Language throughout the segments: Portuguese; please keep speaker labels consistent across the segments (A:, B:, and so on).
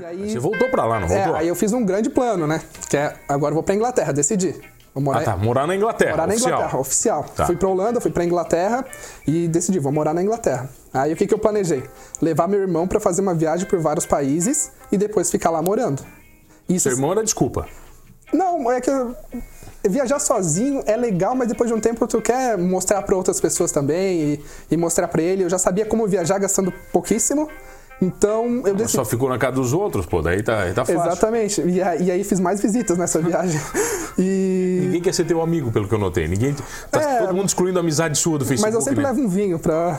A: E aí-
B: Você voltou pra lá, não
A: É,
B: voltou?
A: aí eu fiz um grande plano, né? Que é, agora eu vou pra Inglaterra, decidi. Vou morar,
B: Ah, tá. Morar na Inglaterra.
A: morar na
B: oficial.
A: Inglaterra, oficial.
B: Tá.
A: Fui pra Holanda, fui pra Inglaterra e decidi, vou morar na Inglaterra. Aí o que, que eu planejei? Levar meu irmão pra fazer uma viagem por vários países e depois ficar lá morando. Isso
B: Seu irmão era desculpa.
A: Não, é que eu- viajar sozinho é legal, mas depois de um tempo tu quer mostrar pra outras pessoas também e, e mostrar pra ele. Eu já sabia como viajar gastando pouquíssimo, então eu decidi.
B: Só ficou na casa dos outros, pô. Daí tá, aí tá fácil.
A: Exatamente. E, a- e aí fiz mais visitas nessa viagem. E
B: Ninguém quer ser teu amigo, pelo que eu notei. Ninguém. Tá
A: É.
B: todo mundo excluindo a amizade sua do Facebook.
A: mas eu sempre
B: né?
A: levo um vinho pra,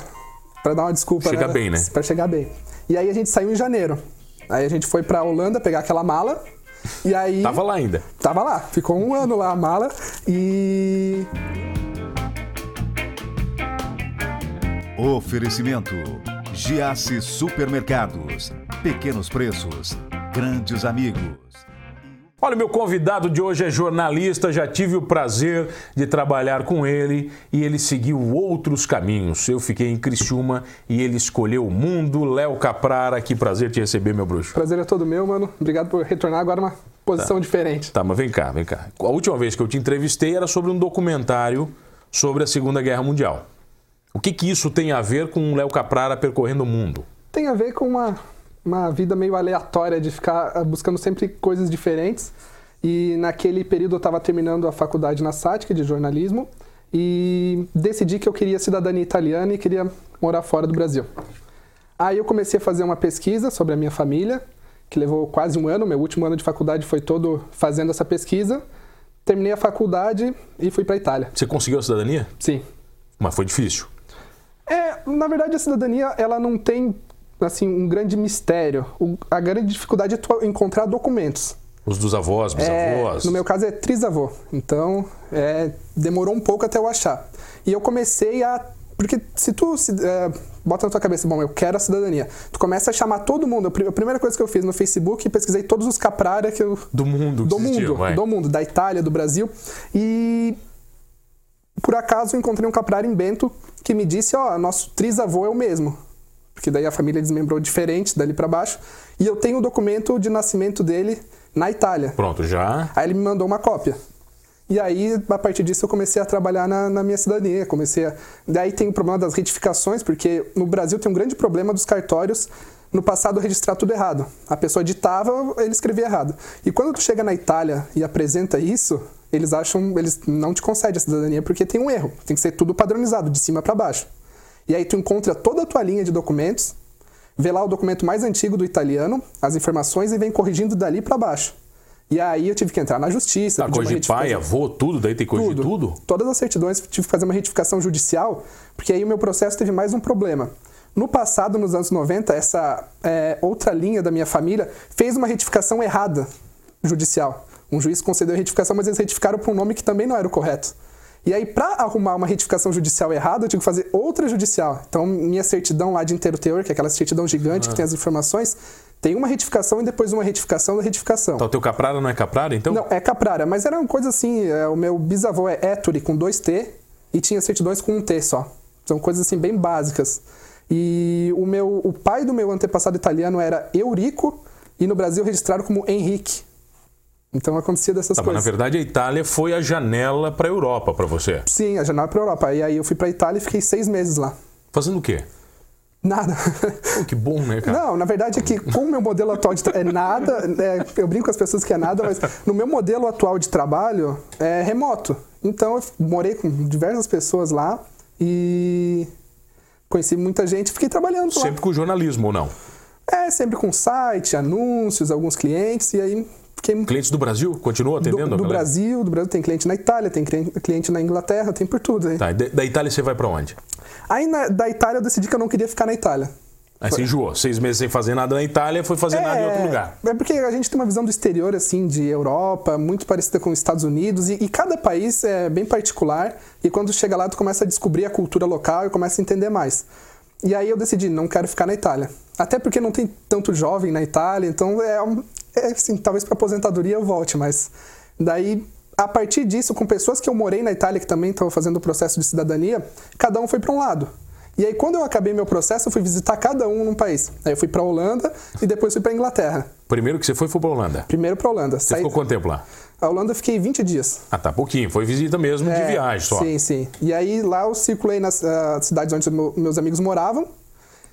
A: pra dar uma desculpa.
B: Chegar bem, né?
A: Pra chegar bem. E aí a gente saiu em janeiro. Aí a gente foi pra Holanda pegar aquela mala. E aí.
B: Tava lá ainda.
A: Tava lá, ficou um ano lá a mala e.
C: Oferecimento: Giasse Supermercados. Pequenos preços, grandes amigos.
B: Olha, meu convidado de hoje é jornalista, já tive o prazer de trabalhar com ele e ele seguiu outros caminhos. Eu fiquei em Criciúma e ele escolheu o mundo. Léo Caprara, que prazer te receber, meu bruxo.
A: Prazer é todo meu, mano. Obrigado por retornar agora uma posição diferente.
B: Tá, mas vem cá, vem cá. A última vez que eu te entrevistei era sobre um documentário sobre a Segunda Guerra Mundial. O que, que isso tem a ver com o Léo Caprara percorrendo o mundo?
A: Tem a ver com uma, uma vida meio aleatória de ficar ah, buscando sempre coisas diferentes. E naquele período eu estava terminando a faculdade na SATIC de jornalismo e decidi que eu queria cidadania italiana e queria morar fora do Brasil. Aí eu comecei a fazer uma pesquisa sobre a minha família, que levou quase um ano. Meu último ano de faculdade foi todo fazendo essa pesquisa. Terminei a faculdade e fui para Itália.
B: Você conseguiu a cidadania?
A: Sim,
B: Mas foi difícil.
A: É, na verdade a cidadania ela não tem assim um grande mistério. O- a grande dificuldade é tu encontrar documentos.
B: Os dos avós,
A: É,
B: bisavós.
A: no meu caso é trisavô, então é, demorou um pouco até eu achar. E eu comecei a porque se tu se, é, bota na tua cabeça, bom, eu quero a cidadania. Tu começa a chamar todo mundo. A pri- a primeira coisa que eu fiz no Facebook, pesquisei todos os caprara que eu
B: Do mundo que
A: do
B: existia,
A: mundo,
B: vai.
A: do mundo, da Itália, do Brasil. E por acaso eu encontrei um caprar em Bento que me disse, ó, nosso trisavô é o mesmo. Porque daí a família desmembrou diferente dali pra baixo, e eu tenho o documento de nascimento dele na Itália.
B: Pronto, já.
A: Aí ele me mandou uma cópia. E aí, a partir disso, eu comecei a trabalhar na, na minha cidadania. Comecei a... Daí tem o problema das retificações, porque no Brasil tem um grande problema dos cartórios no passado registrar tudo errado. A pessoa ditava, ele escrevia errado. E quando tu chega na Itália e apresenta isso, eles acham, eles não te concedem a cidadania porque tem um erro. Tem que ser tudo padronizado, de cima para baixo. E aí tu encontra toda a tua linha de documentos, vê lá o documento mais antigo do italiano, as informações e vem corrigindo dali para baixo. E aí eu tive que entrar na justiça.
B: Tá,
A: pedir uma
B: coisa de pai,
A: retificação.
B: avô, tudo, daí tem coisa de tudo?
A: Todas as certidões tive que fazer uma retificação judicial, porque aí o meu processo teve mais um problema. No passado, nos anos 90, essa é, outra linha da minha família fez uma retificação errada judicial. Um juiz concedeu a retificação, mas eles retificaram para um nome que também não era o correto. E aí, para arrumar uma retificação judicial errada, eu tive que fazer outra judicial. Então, minha certidão lá de inteiro teor, que é aquela certidão gigante que tem as informações, tem uma retificação e depois uma retificação da retificação.
B: Tá, o teu caprara não é caprara, então?
A: Não, é Caprara, mas era uma coisa assim, é, o meu bisavô é Ettore com dois T e tinha certidões com um T só. São coisas assim bem básicas. E o meu o pai do meu antepassado italiano era Eurico e no Brasil registraram como Henrique. Então acontecia dessas
B: Tá, mas na
A: coisas.
B: verdade a Itália foi a janela pra Europa pra você.
A: Sim, a janela para Europa. E aí eu fui para Itália e fiquei seis meses lá.
B: Fazendo o quê?
A: Nada.
B: Pô, que bom, né, cara?
A: Não, na verdade é que com o meu modelo atual de tra- é nada, é, eu brinco com as pessoas que é nada, mas no meu modelo atual de trabalho é remoto. Então eu f- morei com diversas pessoas lá e conheci muita gente, fiquei trabalhando lá.
B: Sempre com jornalismo ou não?
A: É, sempre com site, anúncios, alguns clientes e aí fiquei muito
B: Clientes do Brasil? Continua
A: do,
B: atendendo? a
A: do
B: galera?
A: Brasil, do Brasil tem cliente na Itália, tem cre- cliente na Inglaterra, tem por tudo. hein?
B: Tá, e da- da Itália você vai pra onde?
A: Aí na- da Itália eu decidi que eu não queria ficar na Itália.
B: Aí você enjoou. Seis meses sem fazer nada na Itália, foi fazer nada em outro lugar.
A: É porque a gente tem uma visão do exterior, assim, de Europa, muito parecida com os Estados Unidos, e, e cada país é bem particular, e quando chega lá, tu começa a descobrir a cultura local e começa a entender mais. E aí eu decidi, não quero ficar na Itália. Até porque não tem tanto jovem na Itália, então é, um- é assim, talvez para aposentadoria eu volte, mas daí. A partir disso, com pessoas que eu morei na Itália que também estavam fazendo o processo de cidadania, cada um foi para um lado. E aí, quando eu acabei meu processo, eu fui visitar cada um num país. Aí eu fui pra Holanda e depois fui pra Inglaterra.
B: Primeiro que você foi, foi pra Holanda.
A: Primeiro pra Holanda.
B: Você ficou quanto tempo lá?
A: A Holanda eu fiquei 20 dias.
B: Ah, tá, pouquinho. Foi visita mesmo de
A: É,
B: viagem só.
A: Sim, sim. E aí lá eu circulei nas ah, cidades onde meu- meus amigos moravam,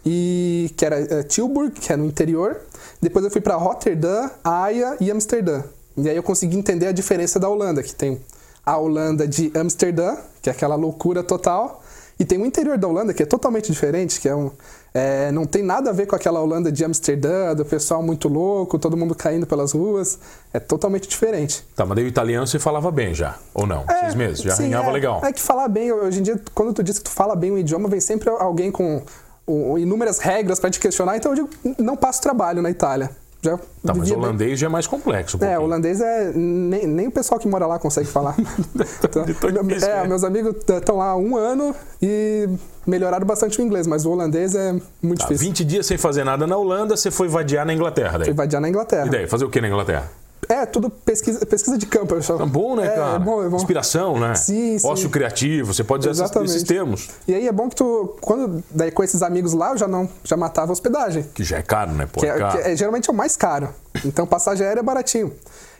A: e que era eh, Tilburg, que é no interior. Depois eu fui para Rotterdam, Haia e Amsterdã. E aí eu consegui entender a diferença da Holanda, que tem a Holanda de Amsterdã, que é aquela loucura total, e tem o interior da Holanda, que é totalmente diferente, que é um. eh, não tem nada a ver com aquela Holanda de Amsterdã, do pessoal muito louco, todo mundo caindo pelas ruas. É totalmente diferente.
B: Tá, mas daí o italiano você falava bem já, ou não?
A: É,
B: Seis meses, já
A: sim,
B: arranhava
A: é,
B: legal.
A: É que falar bem, hoje em dia, quando tu diz que tu fala bem um idioma, vem sempre alguém com o- inúmeras regras pra te questionar. Então eu digo, não passo trabalho na Itália. Já
B: Tá, mas
A: vivia bem.
B: holandês já é mais complexo. Um
A: É,
B: pouquinho.
A: holandês é. Nem, nem o pessoal que mora lá consegue falar. então,
B: Tão difícil,
A: é,
B: né?
A: meus amigos estão lá há um ano e melhoraram bastante o inglês, mas o holandês é muito
B: Tá,
A: difícil.
B: 20 dias sem fazer nada na Holanda, você foi vadiar na Inglaterra daí.
A: Invadir na Inglaterra.
B: E daí, fazer o que na Inglaterra?
A: É, tudo pesquisa, pesquisa de campo, pessoal.
B: Tá bom, né,
A: é,
B: cara?
A: É bom, é bom.
B: Inspiração, né?
A: Sim, sim.
B: Ócio criativo, você pode usar esses-
A: Exatamente.
B: esses termos.
A: E aí é bom que tu, quando daí com esses amigos lá, eu já não já matava a hospedagem,
B: Que já é caro, né? Pô,
A: que,
B: é
A: é,
B: caro.
A: que é- geralmente é o mais caro. Então passagem aérea é baratinho.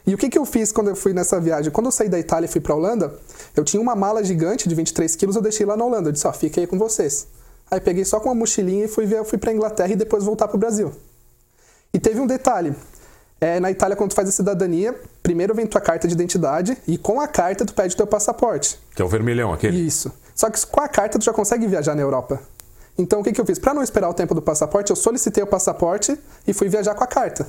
A: E o que, que eu fiz quando eu fui nessa viagem? Quando eu saí da Itália e fui pra Holanda, eu tinha uma mala gigante de 23 quilos, eu deixei lá na Holanda. Eu disse, ó, fica aí com vocês. Aí peguei só com uma mochilinha e fui, ver, fui pra Inglaterra e depois voltar pro Brasil. E teve um detalhe. É, na Itália, quando tu faz a cidadania, primeiro vem tua carta de identidade e com a carta tu pede teu passaporte.
B: Que é o vermelhão aquele.
A: Isso. Só que com a carta tu já consegue viajar na Europa. Então o que, que eu fiz? Pra não esperar o tempo do passaporte, eu solicitei o passaporte e fui viajar com a carta.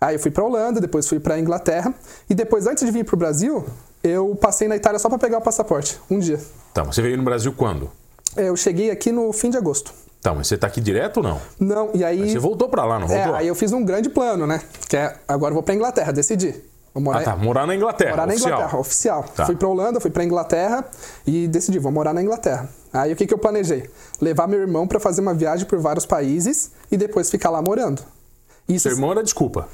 A: Aí eu fui pra Holanda, depois fui pra Inglaterra e depois antes de vir pro Brasil, eu passei na Itália só pra pegar o passaporte, um dia.
B: Tá, mas você veio no Brasil quando?
A: É, Eu cheguei aqui no fim de agosto.
B: Tá, mas você tá aqui direto ou não?
A: Não, e aí
B: Você voltou pra lá, não
A: É,
B: voltou?
A: aí eu fiz um grande plano, né? Que é agora eu vou pra Inglaterra, decidi. Vou morar
B: Ah, tá, morar na Inglaterra,
A: morar na
B: oficial.
A: Inglaterra, oficial.
B: Tá.
A: Fui pra Holanda, fui pra Inglaterra e decidi, vou morar na Inglaterra. Aí o que, que eu planejei? Levar meu irmão pra fazer uma viagem por vários países e depois ficar lá morando. Isso.
B: Seu irmão era desculpa.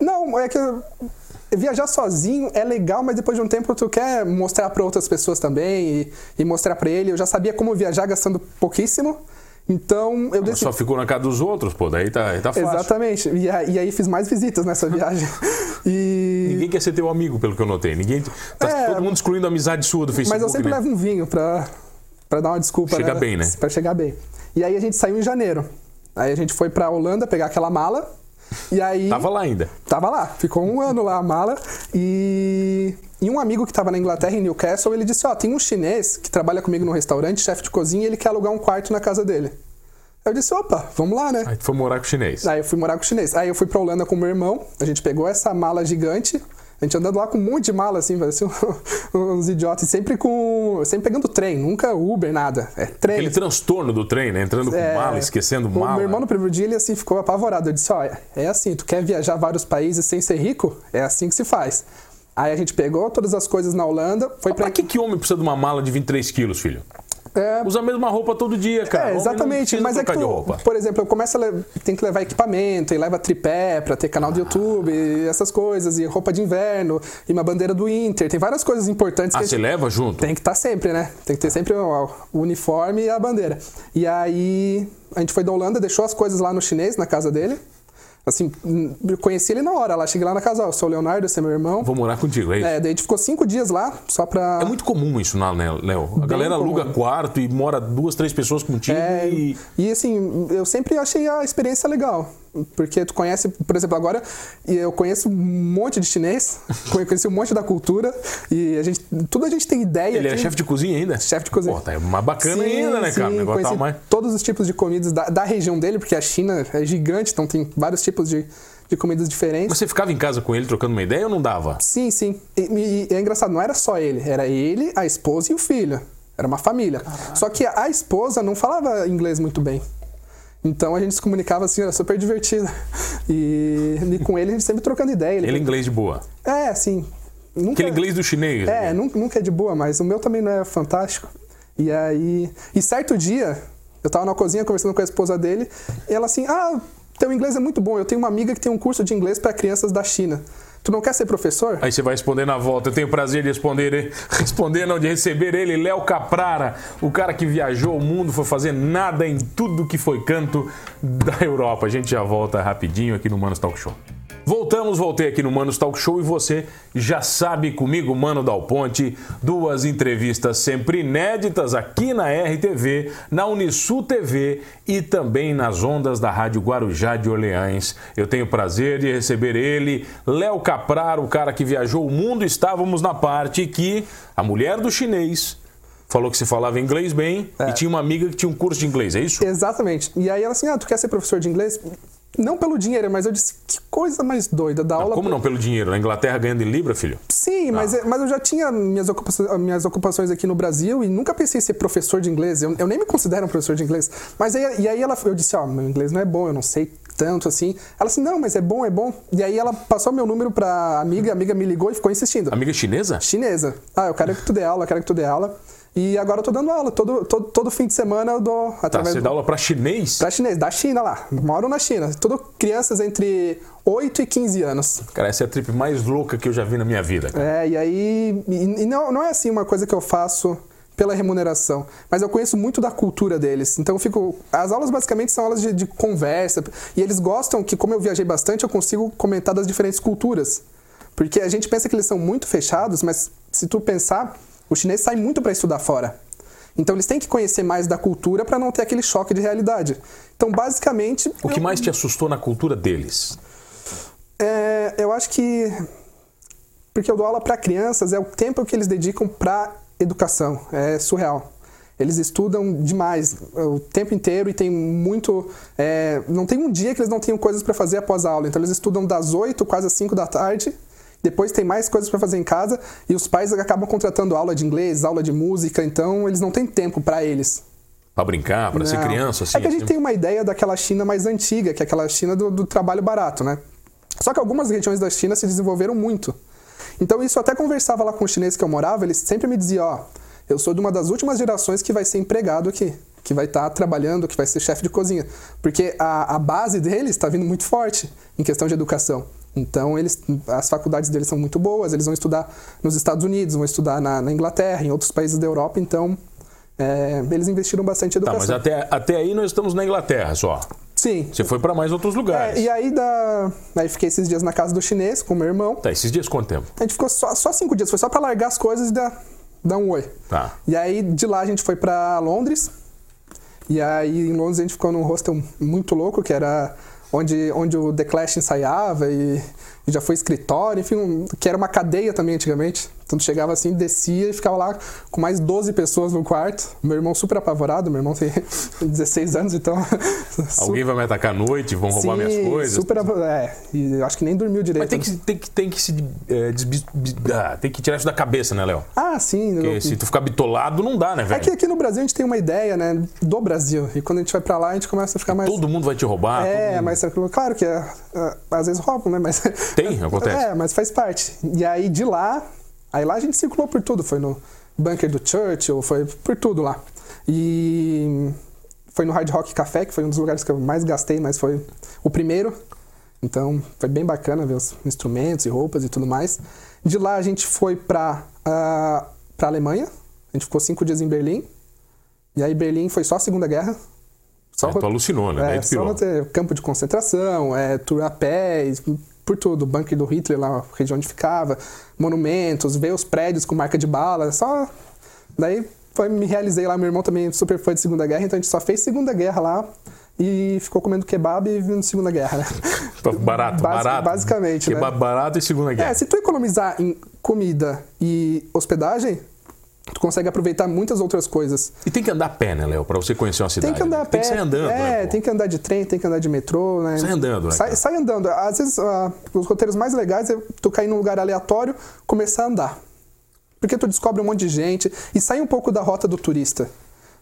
A: Não, é que eu- viajar sozinho é legal, mas depois de um tempo tu quer mostrar pra outras pessoas também e, e mostrar pra ele. Eu já sabia como viajar gastando pouquíssimo, então eu
B: Mas
A: decidi.
B: só ficou na casa dos outros, pô, daí tá, aí tá fácil.
A: Exatamente. E, a- e aí fiz mais visitas nessa viagem. E
B: Ninguém quer ser teu amigo, pelo que eu notei. Ninguém. Tá
A: É.
B: todo mundo excluindo a amizade sua do Facebook.
A: Mas eu sempre
B: né?
A: levo um vinho pra, pra dar uma desculpa.
B: Chegar bem, né?
A: Pra chegar bem. E aí a gente saiu em janeiro. Aí a gente foi pra Holanda pegar aquela mala. E aí.
B: Tava lá ainda.
A: Tava lá. Ficou um ano lá a mala. E. E um amigo que tava na Inglaterra, em Newcastle, ele disse: Ó, tem um chinês que trabalha comigo no restaurante, chefe de cozinha, e ele quer alugar um quarto na casa dele. Eu disse: opa, vamos lá, né?
B: Aí tu foi morar com o chinês.
A: Aí eu fui morar com o chinês. Aí eu fui pra Holanda com o meu irmão, a gente pegou essa mala gigante, a gente andando lá com um monte de mala, assim, parecia um- uns idiotas, e sempre com. sempre pegando trem, nunca Uber, nada. É trem.
B: Aquele transtorno do trem, né? Entrando com
A: É,
B: mala, esquecendo
A: o
B: mala.
A: Meu irmão no primeiro dia ele assim ficou apavorado. Eu disse: olha, é assim, tu quer viajar vários países sem ser rico? É assim que se faz. Aí a gente pegou todas as coisas na Holanda, foi pra.
B: Pra que, que homem precisa de uma mala de 23 quilos, filho?
A: É,
B: Usa a mesma roupa todo dia, cara.
A: É,
B: Homem não
A: exatamente.
B: precisa
A: Mas é que
B: trocar de
A: tu,
B: roupa.
A: por exemplo, eu começo a le- tem que levar equipamento, e leva tripé pra ter canal do
B: Ah.
A: YouTube, e essas coisas, e roupa de inverno, e uma bandeira do Inter. Tem várias coisas importantes
B: Ah,
A: que a
B: você
A: gente
B: leva junto?
A: tem que estar sempre, né? Tem que ter sempre o, o uniforme e a bandeira. E aí a gente foi da Holanda, deixou as coisas lá no chinês, na casa dele. Assim, hum, eu conheci ele na hora lá, cheguei lá na casa, ó, eu sou o Leonardo, esse é meu irmão.
B: Vou morar contigo, é isso?
A: É, daí a gente ficou cinco dias lá, só pra.
B: É muito comum isso, na- né, Léo? A galera
A: comum.
B: aluga quarto e mora duas, três pessoas contigo
A: É,
B: e.
A: E assim, eu sempre achei a experiência legal. Porque tu conhece, por exemplo, agora e eu conheço um monte de chinês, conhe- conheci um monte da cultura, e a gente. Tudo a gente tem ideia.
B: Ele é
A: aqui.
B: chefe de cozinha ainda?
A: Chefe de cozinha.
B: Pô, tá mais bacana
A: Sim,
B: ainda, né, cara? O
A: sim,
B: negócio tá
A: conheci
B: mais.
A: Todos os tipos de comidas da, da região dele, porque a China é gigante, então tem vários tipos de, de comidas diferentes.
B: Mas você ficava em casa com ele trocando uma ideia ou não dava?
A: Sim, sim. E, e é engraçado, não era só ele. Era ele, a esposa e o filho. Era uma família. Só que a esposa não falava inglês muito bem. Então a gente se comunicava assim, era super divertido. E, e com ele a gente sempre trocando ideia.
B: Ele é inglês de boa.
A: É, assim. Nunca...
B: Aquele inglês do chinês.
A: É,
B: né?
A: nunca, nunca é de boa, mas o meu também não é fantástico. E aí. E certo dia, eu tava na cozinha conversando com a esposa dele, e ela assim: Ah, teu inglês é muito bom. Eu tenho uma amiga que tem um curso de inglês para crianças da China. Tu não quer ser professor?
B: Aí você vai responder na volta. Eu tenho o prazer de responder, eh, responder não, de receber ele, Léo Caprara, o cara que viajou o mundo, foi fazer nada em tudo que foi canto da Europa. A gente já volta rapidinho aqui no Manos Talk Show. Voltamos, voltei aqui no Manos Talk Show e você já sabe comigo, Mano Dal Ponte, duas entrevistas sempre inéditas aqui na RTV, na Unisul TV e também nas ondas da Rádio Guarujá de Orleães. Eu tenho o prazer de receber ele, Léo Caprar, o cara que viajou o mundo. Estávamos na parte que a mulher do chinês falou que você falava inglês bem
A: É.
B: e tinha uma amiga que tinha um curso de inglês, é isso?
A: Exatamente. E aí ela assim, ah, tu quer ser professor de inglês? Não pelo dinheiro, mas eu disse, que coisa mais doida, dar aula...
B: Como Ah.
A: pra-
B: não pelo dinheiro? Na Inglaterra ganhando em libra, filho?
A: Sim, mas, é- mas eu já tinha minhas ocupações, minhas ocupações aqui no Brasil e nunca pensei em ser professor de inglês. Eu, eu nem me considero um professor de inglês. Mas aí, e aí ela, eu disse, ó, meu inglês não é bom, eu não sei tanto assim. Ela disse, não, mas é bom, é bom. E aí ela passou meu número pra amiga, a amiga me ligou e ficou insistindo.
B: Amiga chinesa?
A: Chinesa. Ah, eu quero que tu dê aula, eu quero que tu dê aula. E agora eu tô dando aula. Todo, todo, todo fim de semana eu dou
B: Tá,
A: através
B: você
A: do-
B: dá aula pra chinês?
A: Pra chinês, da China lá. Moram na China. Tudo crianças entre 8 e 15 anos.
B: Cara, essa é a trip mais louca que eu já vi na minha vida. cara.
A: É, e aí. E, e não, não é assim uma coisa que eu faço pela remuneração, mas eu conheço muito da cultura deles. Então eu fico. As aulas basicamente são aulas de, de conversa. E eles gostam que, como eu viajei bastante, eu consigo comentar das diferentes culturas. Porque a gente pensa que eles são muito fechados, mas se tu pensar, o chinês sai muito para estudar fora. Então eles têm que conhecer mais da cultura para não ter aquele choque de realidade. Então, basicamente.
B: O que
A: eu-
B: mais te assustou na cultura deles?
A: é, eu acho que porque eu dou aula para crianças é o tempo que eles dedicam para educação é surreal eles estudam demais o tempo inteiro e tem muito é, não tem um dia que eles não tenham coisas para fazer após a aula então eles estudam das 8 quase às 5 da tarde depois tem mais coisas para fazer em casa e os pais acabam contratando aula de inglês aula de música então eles não têm tempo para eles
B: Pra brincar, pra ser
A: não.
B: criança, assim?
A: É que a gente
B: assim?
A: tem uma ideia daquela China mais antiga, que é aquela China do, do trabalho barato, né? Só que algumas regiões da China se desenvolveram muito. Então isso eu até conversava lá com o chinês que eu morava, eles sempre me diziam, ó, eu sou de uma das últimas gerações que vai ser empregado aqui, que vai estar trabalhando, que vai ser chefe de cozinha. Porque a, a base deles está vindo muito forte em questão de educação. Então eles, as faculdades deles são muito boas, eles vão estudar nos Estados Unidos, vão estudar na, na Inglaterra, em outros países da Europa, então é, eles investiram bastante em
B: Tá,
A: educação.
B: mas até, até aí nós estamos na Inglaterra só.
A: Sim.
B: Você foi pra mais outros lugares.
A: É, e aí, da... aí fiquei esses dias na casa do chinês com meu irmão.
B: Tá, esses dias quanto tempo?
A: A gente ficou só, só cinco dias, foi só pra largar as coisas e dar, dar um oi.
B: Tá.
A: E aí de lá a gente foi pra Londres. E aí em Londres a gente ficou num hostel muito louco, que era onde, onde o The Clash ensaiava e, e já foi escritório, enfim, um- que era uma cadeia também antigamente. Então tu chegava assim, descia e ficava lá com mais 12 pessoas no quarto. Meu irmão super apavorado, meu irmão tem 16 anos, então.
B: Alguém vai me atacar à noite, vão roubar
A: Sim,
B: minhas coisas.
A: Super, avo- é, e eu acho que nem dormiu direito.
B: Mas tem que, tem que, tem que se é, desbi- bi- ah, tem que tirar isso da cabeça, né, Léo?
A: Ah, sim. eu-
B: Porque se tu ficar bitolado, não dá, né,
A: É
B: velho?
A: que aqui no Brasil a gente tem uma ideia, né? Do Brasil. E quando a gente vai pra lá, a gente começa a ficar mais.
B: Todo mundo vai te roubar. todo
A: É,
B: mundo-
A: mais tranquilo. Claro que é, é, às vezes roubam, né? Mas.
B: Tem, acontece.
A: É, mas faz parte. E aí de lá. Aí lá a gente circulou por tudo. Foi no bunker do Churchill, foi por tudo lá. E. Foi no Hard Rock Café, que foi um dos lugares que eu mais gastei, mas foi o primeiro. Então foi bem bacana ver os instrumentos e roupas e tudo mais. De lá a gente foi pra, ah, pra Alemanha. A gente ficou cinco dias em Berlim. E aí Berlim foi só a Segunda Guerra. Só
B: É, tu alucinou, né?
A: é,
B: Daí tu pirou.
A: só ter campo de concentração, é, tour a pé, e por tudo. O bunker do Hitler lá, a região onde ficava, monumentos, ver os prédios com marca de bala, só... Daí foi, me realizei lá, meu irmão também é super fã de Segunda Guerra, então a gente só fez Segunda Guerra lá e ficou comendo kebab e vindo Segunda Guerra, né?
B: Tipo, Barato,
A: Basi-
B: barato.
A: Basicamente,
B: Que
A: né?
B: ba- Barato e segunda guerra.
A: É, se tu economizar em comida e hospedagem, tu consegue aproveitar muitas outras coisas.
B: E tem que andar a pé, né, Léo? Pra você conhecer uma cidade.
A: Tem que andar a
B: né?
A: pé.
B: Tem que sair andando,
A: É,
B: né? pô?
A: tem que andar de trem, tem que andar de metrô, né?
B: Sai andando, né,
A: Sai,
B: cara?
A: sai andando. Às vezes, ah, os roteiros mais legais é tu cair num lugar aleatório, começar a andar. Porque tu descobre um monte de gente e sai um pouco da rota do turista.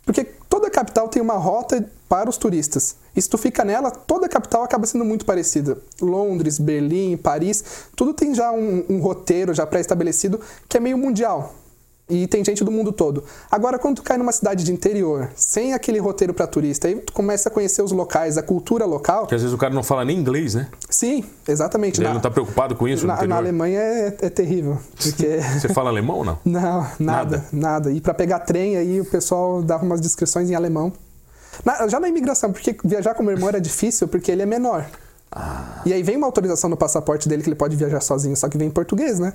A: Porque toda capital tem uma rota para os turistas. E se tu fica nela, toda capital acaba sendo muito parecida. Londres, Berlim, Paris, tudo tem já um, um roteiro já pré-estabelecido que é meio mundial. E tem gente do mundo todo. Agora, quando tu cai numa cidade de interior, sem aquele roteiro para turista, aí tu começa a conhecer os locais, a cultura local.
B: Porque às vezes o cara não fala nem inglês, né?
A: Sim, exatamente.
B: Ele não tá preocupado com isso no
A: na, na
B: interior.
A: Alemanha é, é terrível. Porque.
B: Você fala alemão ou não?
A: Não, nada,
B: Nada.
A: nada. E para pegar trem aí o pessoal dava umas descrições em alemão. Na- já na imigração, porque viajar com meu irmão era difícil porque ele é menor. E aí vem uma autorização no passaporte dele que ele pode viajar sozinho, só que vem em português, né?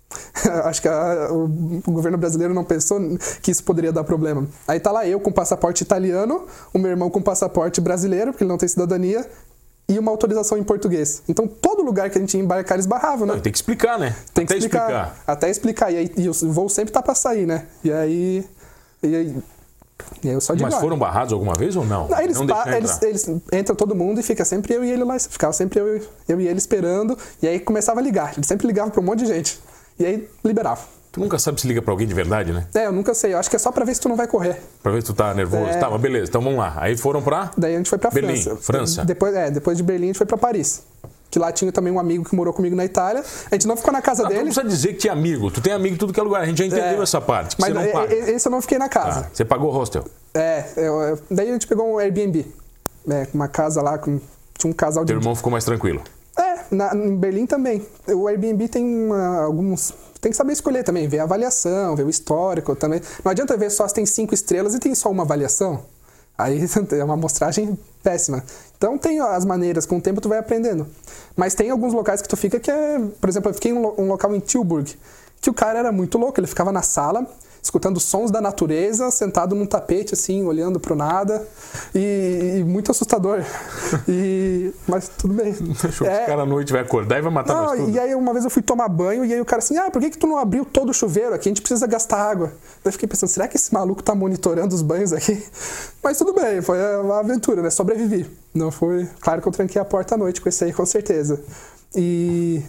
A: Acho que a- o, o governo brasileiro não pensou que isso poderia dar problema. Aí tá lá eu com passaporte italiano, o meu irmão com passaporte brasileiro, porque ele não tem cidadania, e uma autorização em português. Então todo lugar que a gente ia embarcar eles barravam, né?
B: Não, Tem que explicar, né?
A: Tem que
B: Até
A: explicar, Até explicar. E, aí, e o voo sempre tá pra sair, né? E aí. E aí, e aí eu só digo.
B: Mas
A: ah,
B: foram barrados alguma vez ou não?
A: Aí eles,
B: não
A: pa-
B: deixaram
A: eles,
B: entrar.
A: eles entram todo mundo e fica sempre eu e ele lá. Ficava sempre eu, e- eu e ele esperando. E aí começava a ligar. Ele sempre ligava pra um monte de gente. E aí liberava.
B: Tu nunca sabe se liga pra alguém de verdade, né?
A: É, eu nunca sei. Eu acho que é só pra ver se tu não vai correr.
B: Pra ver se tu tá nervoso.
A: É.
B: Tá, mas beleza, então vamos lá. Aí foram pra.
A: Daí a gente foi pra
B: Berlim,
A: França.
B: França.
A: Depois, é, depois de Berlim a gente foi pra Paris. Que lá tinha também um amigo que morou comigo na Itália. A gente não ficou na casa
B: Ah, tu não
A: dele.
B: precisa dizer que tinha amigo. Tu tem amigo em tudo que é lugar. A gente já entendeu
A: É.
B: essa parte. que
A: Mas
B: você não
A: é-
B: paga.
A: é- esse eu não fiquei na casa.
B: Ah, você pagou o hostel.
A: É, eu- eu- daí a gente pegou um Airbnb. É, com uma casa lá, com, tinha um casal de.
B: Teu irmão ficou mais tranquilo.
A: É, na- em Berlim também. O Airbnb tem uma- alguns. Tem que saber escolher também, ver a avaliação, ver o histórico também. Não adianta ver só se tem cinco estrelas e tem só uma avaliação. Aí é uma amostragem péssima. Então tem as maneiras, com o tempo tu vai aprendendo. Mas tem alguns locais que tu fica que é. Por exemplo, eu fiquei em um lo- um local em Tilburg, que o cara era muito louco, ele ficava na sala, escutando sons da natureza, sentado num tapete, assim, olhando pro nada. E, e muito assustador. E, mas tudo bem.
B: Deixa os caras à noite vai acordar e vai matar nós
A: É. Não,
B: tudo.
A: e aí uma vez eu fui tomar banho e aí o cara assim, ah, por que, que tu não abriu todo o chuveiro aqui? A gente precisa gastar água. Daí eu fiquei pensando, será que esse maluco tá monitorando os banhos aqui? Mas tudo bem, foi uma aventura, né? Sobrevivi. Não foi. Claro que eu tranquei a porta à noite com esse aí, com certeza. E.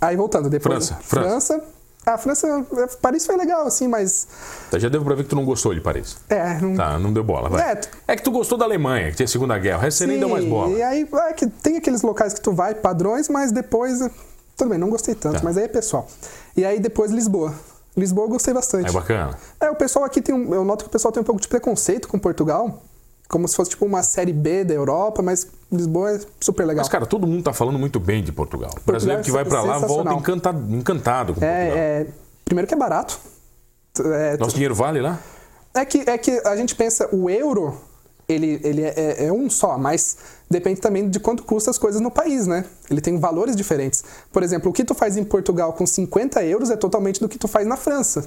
A: Aí voltando, depois.
B: França, França.
A: França. A França. é, Paris foi legal, assim, mas.
B: Tá, já devo pra ver que tu não gostou de Paris.
A: É, não.
B: Tá, não deu bola, vai.
A: É,
B: É,
A: tu-
B: que tu gostou da Alemanha, que tinha Segunda Guerra. O resto você nem
A: Sim,
B: deu mais bola.
A: E aí é que tem aqueles locais que tu vai, padrões, mas depois. Tudo bem, não gostei tanto,
B: Tá.
A: mas aí é pessoal. E aí depois Lisboa. Lisboa eu gostei bastante.
B: É bacana.
A: É, o pessoal aqui tem um. Eu noto que o pessoal tem um pouco de preconceito com Portugal. Como se fosse tipo uma série B da Europa, mas Lisboa é super legal.
B: Mas, cara, todo mundo tá falando muito bem de Portugal. O brasileiro que vai pra lá volta
A: sensacional.
B: encantado, encantado com Portugal.
A: é, é, primeiro que é barato. É,
B: Nosso dinheiro vale lá?
A: É que, é que a gente pensa, o euro, ele, ele é, é- é um só, mas depende também de quanto custa as coisas no país, né? Ele tem valores diferentes. Por exemplo, o que tu faz em Portugal com 50 euros é totalmente do que tu faz na França.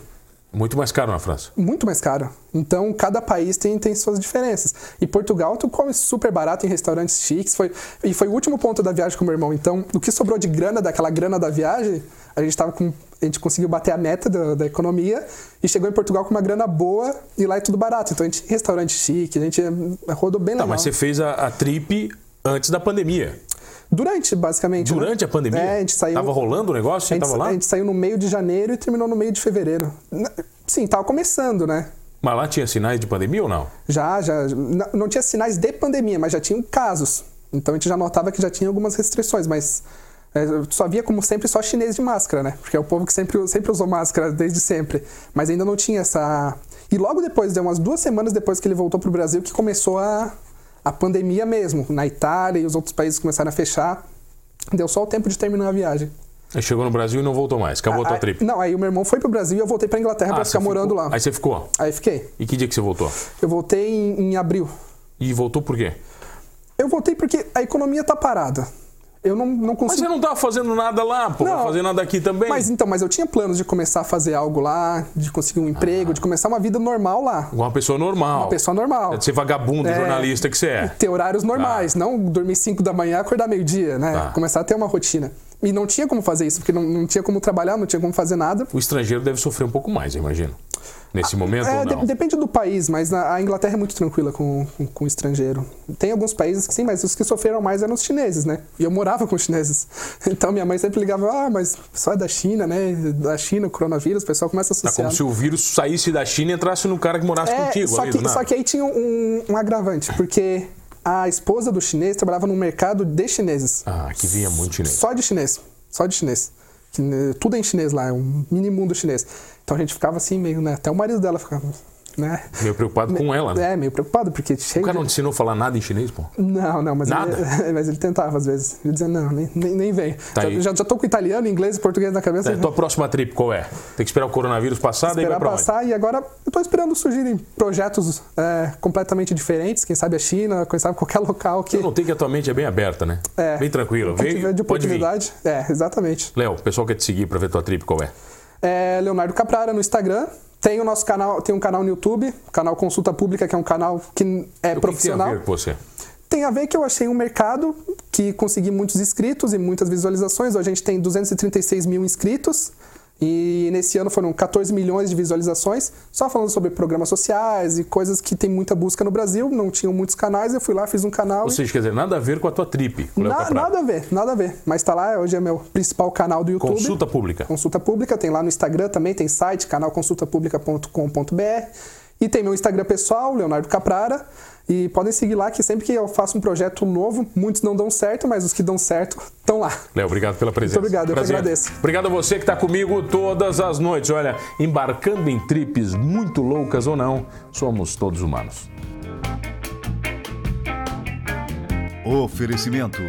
B: Muito mais caro na França.
A: Muito mais caro. Então, cada país tem, tem suas diferenças. E Portugal, tu come super barato em restaurantes chiques. Foi, e foi o último ponto da viagem com meu irmão. Então, o que sobrou de grana, daquela grana da viagem, a gente tava com. A gente conseguiu bater a meta da, da economia e chegou em Portugal com uma grana boa e lá é tudo barato. Então, a gente ia em restaurante chique, a gente eh, rodou bem
B: Tá,
A: legal.
B: mas você fez a, a trip antes da pandemia.
A: Durante, basicamente. né?
B: Durante a pandemia?
A: É, a gente saiu.
B: Tava rolando o negócio?
A: a
B: Você
A: gente,
B: tava lá?
A: a gente saiu no meio de janeiro e terminou no meio de fevereiro. Na- Sim, tava começando, né?
B: Mas lá tinha sinais de pandemia ou não?
A: Já, já. N- Não tinha sinais de pandemia, mas já tinham casos. Então a gente já notava que já tinha algumas restrições, mas é, só via, como sempre, só chinês de máscara, né? Porque é o povo que sempre, sempre usou máscara, desde sempre. Mas ainda não tinha essa. E logo depois, deu umas duas semanas depois que ele voltou pro Brasil, que começou a, a pandemia mesmo. Na Itália e os outros países começaram a fechar. Deu só o tempo de terminar a viagem.
B: Aí chegou no Brasil e não Então voltou mais. Acabou a tua
A: Aí-
B: trip.
A: Ah,
B: Ah,
A: Não, aí o meu irmão foi pro Brasil e eu voltei pra Inglaterra pra
B: você
A: ficar morando
B: ficou-
A: lá.
B: Aí você ficou.
A: Aí fiquei.
B: E que dia que você voltou?
A: Eu voltei em- em abril.
B: E voltou por quê?
A: Eu voltei porque a economia tá parada. Eu não, não
B: Mas você
A: consigo.
B: não tava fazendo nada lá,
A: Assim
B: pô. Não,
A: Não.
B: vai fazer nada aqui também.
A: Mas então, mas eu tinha planos de começar a fazer algo lá, de conseguir um emprego, de começar uma vida normal lá.
B: Uma pessoa normal.
A: Uma pessoa normal.
B: É de ser vagabundo,
A: É.
B: jornalista que você é.
A: Ter horários normais, não dormir 5 da manhã e acordar meio-dia, né?
B: Tá.
A: Começar a ter uma rotina. E não tinha como fazer isso, porque não, não tinha como trabalhar, não tinha como fazer nada.
B: O estrangeiro deve sofrer um pouco mais, eu imagino. Nesse momento
A: É,
B: ou
A: de-
B: não?
A: depende do país, mas na- a Inglaterra é muito tranquila com, com, com o estrangeiro. Tem alguns países que sim, mas os que sofreram mais eram os chineses, né? E eu morava com os chineses. Então minha mãe sempre ligava, ah, mas só é da China, né? Da China, o coronavírus, o pessoal começa a
B: Tá
A: associar.
B: como se o vírus saísse da China e entrasse no cara que morasse
A: É,
B: contigo. né?
A: só,
B: ali,
A: que,
B: do nada.
A: só que aí tinha um, um agravante, porque a esposa do chinês trabalhava num mercado de chineses.
B: Ah, que vinha muito chinês.
A: Só de chinês. Só de chinês. que, né, tudo é em chinês lá, é um mini mundo chinês. Então a gente ficava assim, meio, né? Até o marido dela ficava, né?
B: Meio preocupado com ela, né?
A: É, meio preocupado, porque cheio
B: O cara
A: de-
B: não te ensinou a falar nada em chinês, pô?
A: Não, não, mas,
B: Nada?
A: Ele, mas ele tentava às vezes. Ele dizia, não, nem, nem, nem vem.
B: Tá aí.
A: já, já, já tô com italiano, inglês e português na cabeça.
B: Tá, tua próxima trip qual é? Tem que esperar o coronavírus passar, daí vai
A: é. esperar
B: pra
A: passar e agora eu tô esperando surgirem projetos é, completamente diferentes, quem sabe a China, quem sabe qualquer local que
B: onde? Eu notei que a tua mente é bem aberta, né?
A: é,
B: Bem tranquila.
A: que tiver
B: Vem,
A: de
B: pode vir.
A: oportunidade. É, exatamente.
B: Léo, o pessoal quer te seguir pra ver tua trip qual é.
A: É Leonardo Caprara no Instagram. Tem o nosso canal, tem um canal no YouTube, canal Consulta Pública, que é um canal que é
B: O que que tem a
A: profissional.
B: ver com você?
A: Tem a ver que eu achei um mercado que consegui muitos inscritos e muitas visualizações. Hoje a gente tem 236 mil inscritos. E nesse ano foram 14 milhões de visualizações, só falando sobre programas sociais e coisas que tem muita busca no Brasil. Não tinham muitos canais, eu fui lá, fiz um canal.
B: Ou
A: e-
B: seja, quer dizer, nada a ver com a tua trip. com o Léo
A: Na-
B: Capra.
A: nada a ver, nada a ver. Mas tá lá, hoje é meu principal canal do YouTube.
B: Consulta pública.
A: Consulta Pública, tem lá no Instagram também, tem site, canal consultapublica.com.br. E tem meu Instagram pessoal, Leonardo Caprara. E podem seguir lá que sempre que eu faço um projeto novo, muitos não dão certo, mas os que dão certo estão lá.
B: Léo, obrigado pela presença.
A: Muito obrigado, eu que agradeço.
B: Obrigado a você que está comigo todas as noites. Olha, embarcando em trips muito loucas ou não, somos todos humanos.
C: Oferecimento: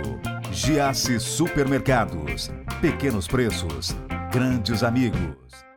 C: Giasse Supermercados. Pequenos preços, grandes amigos.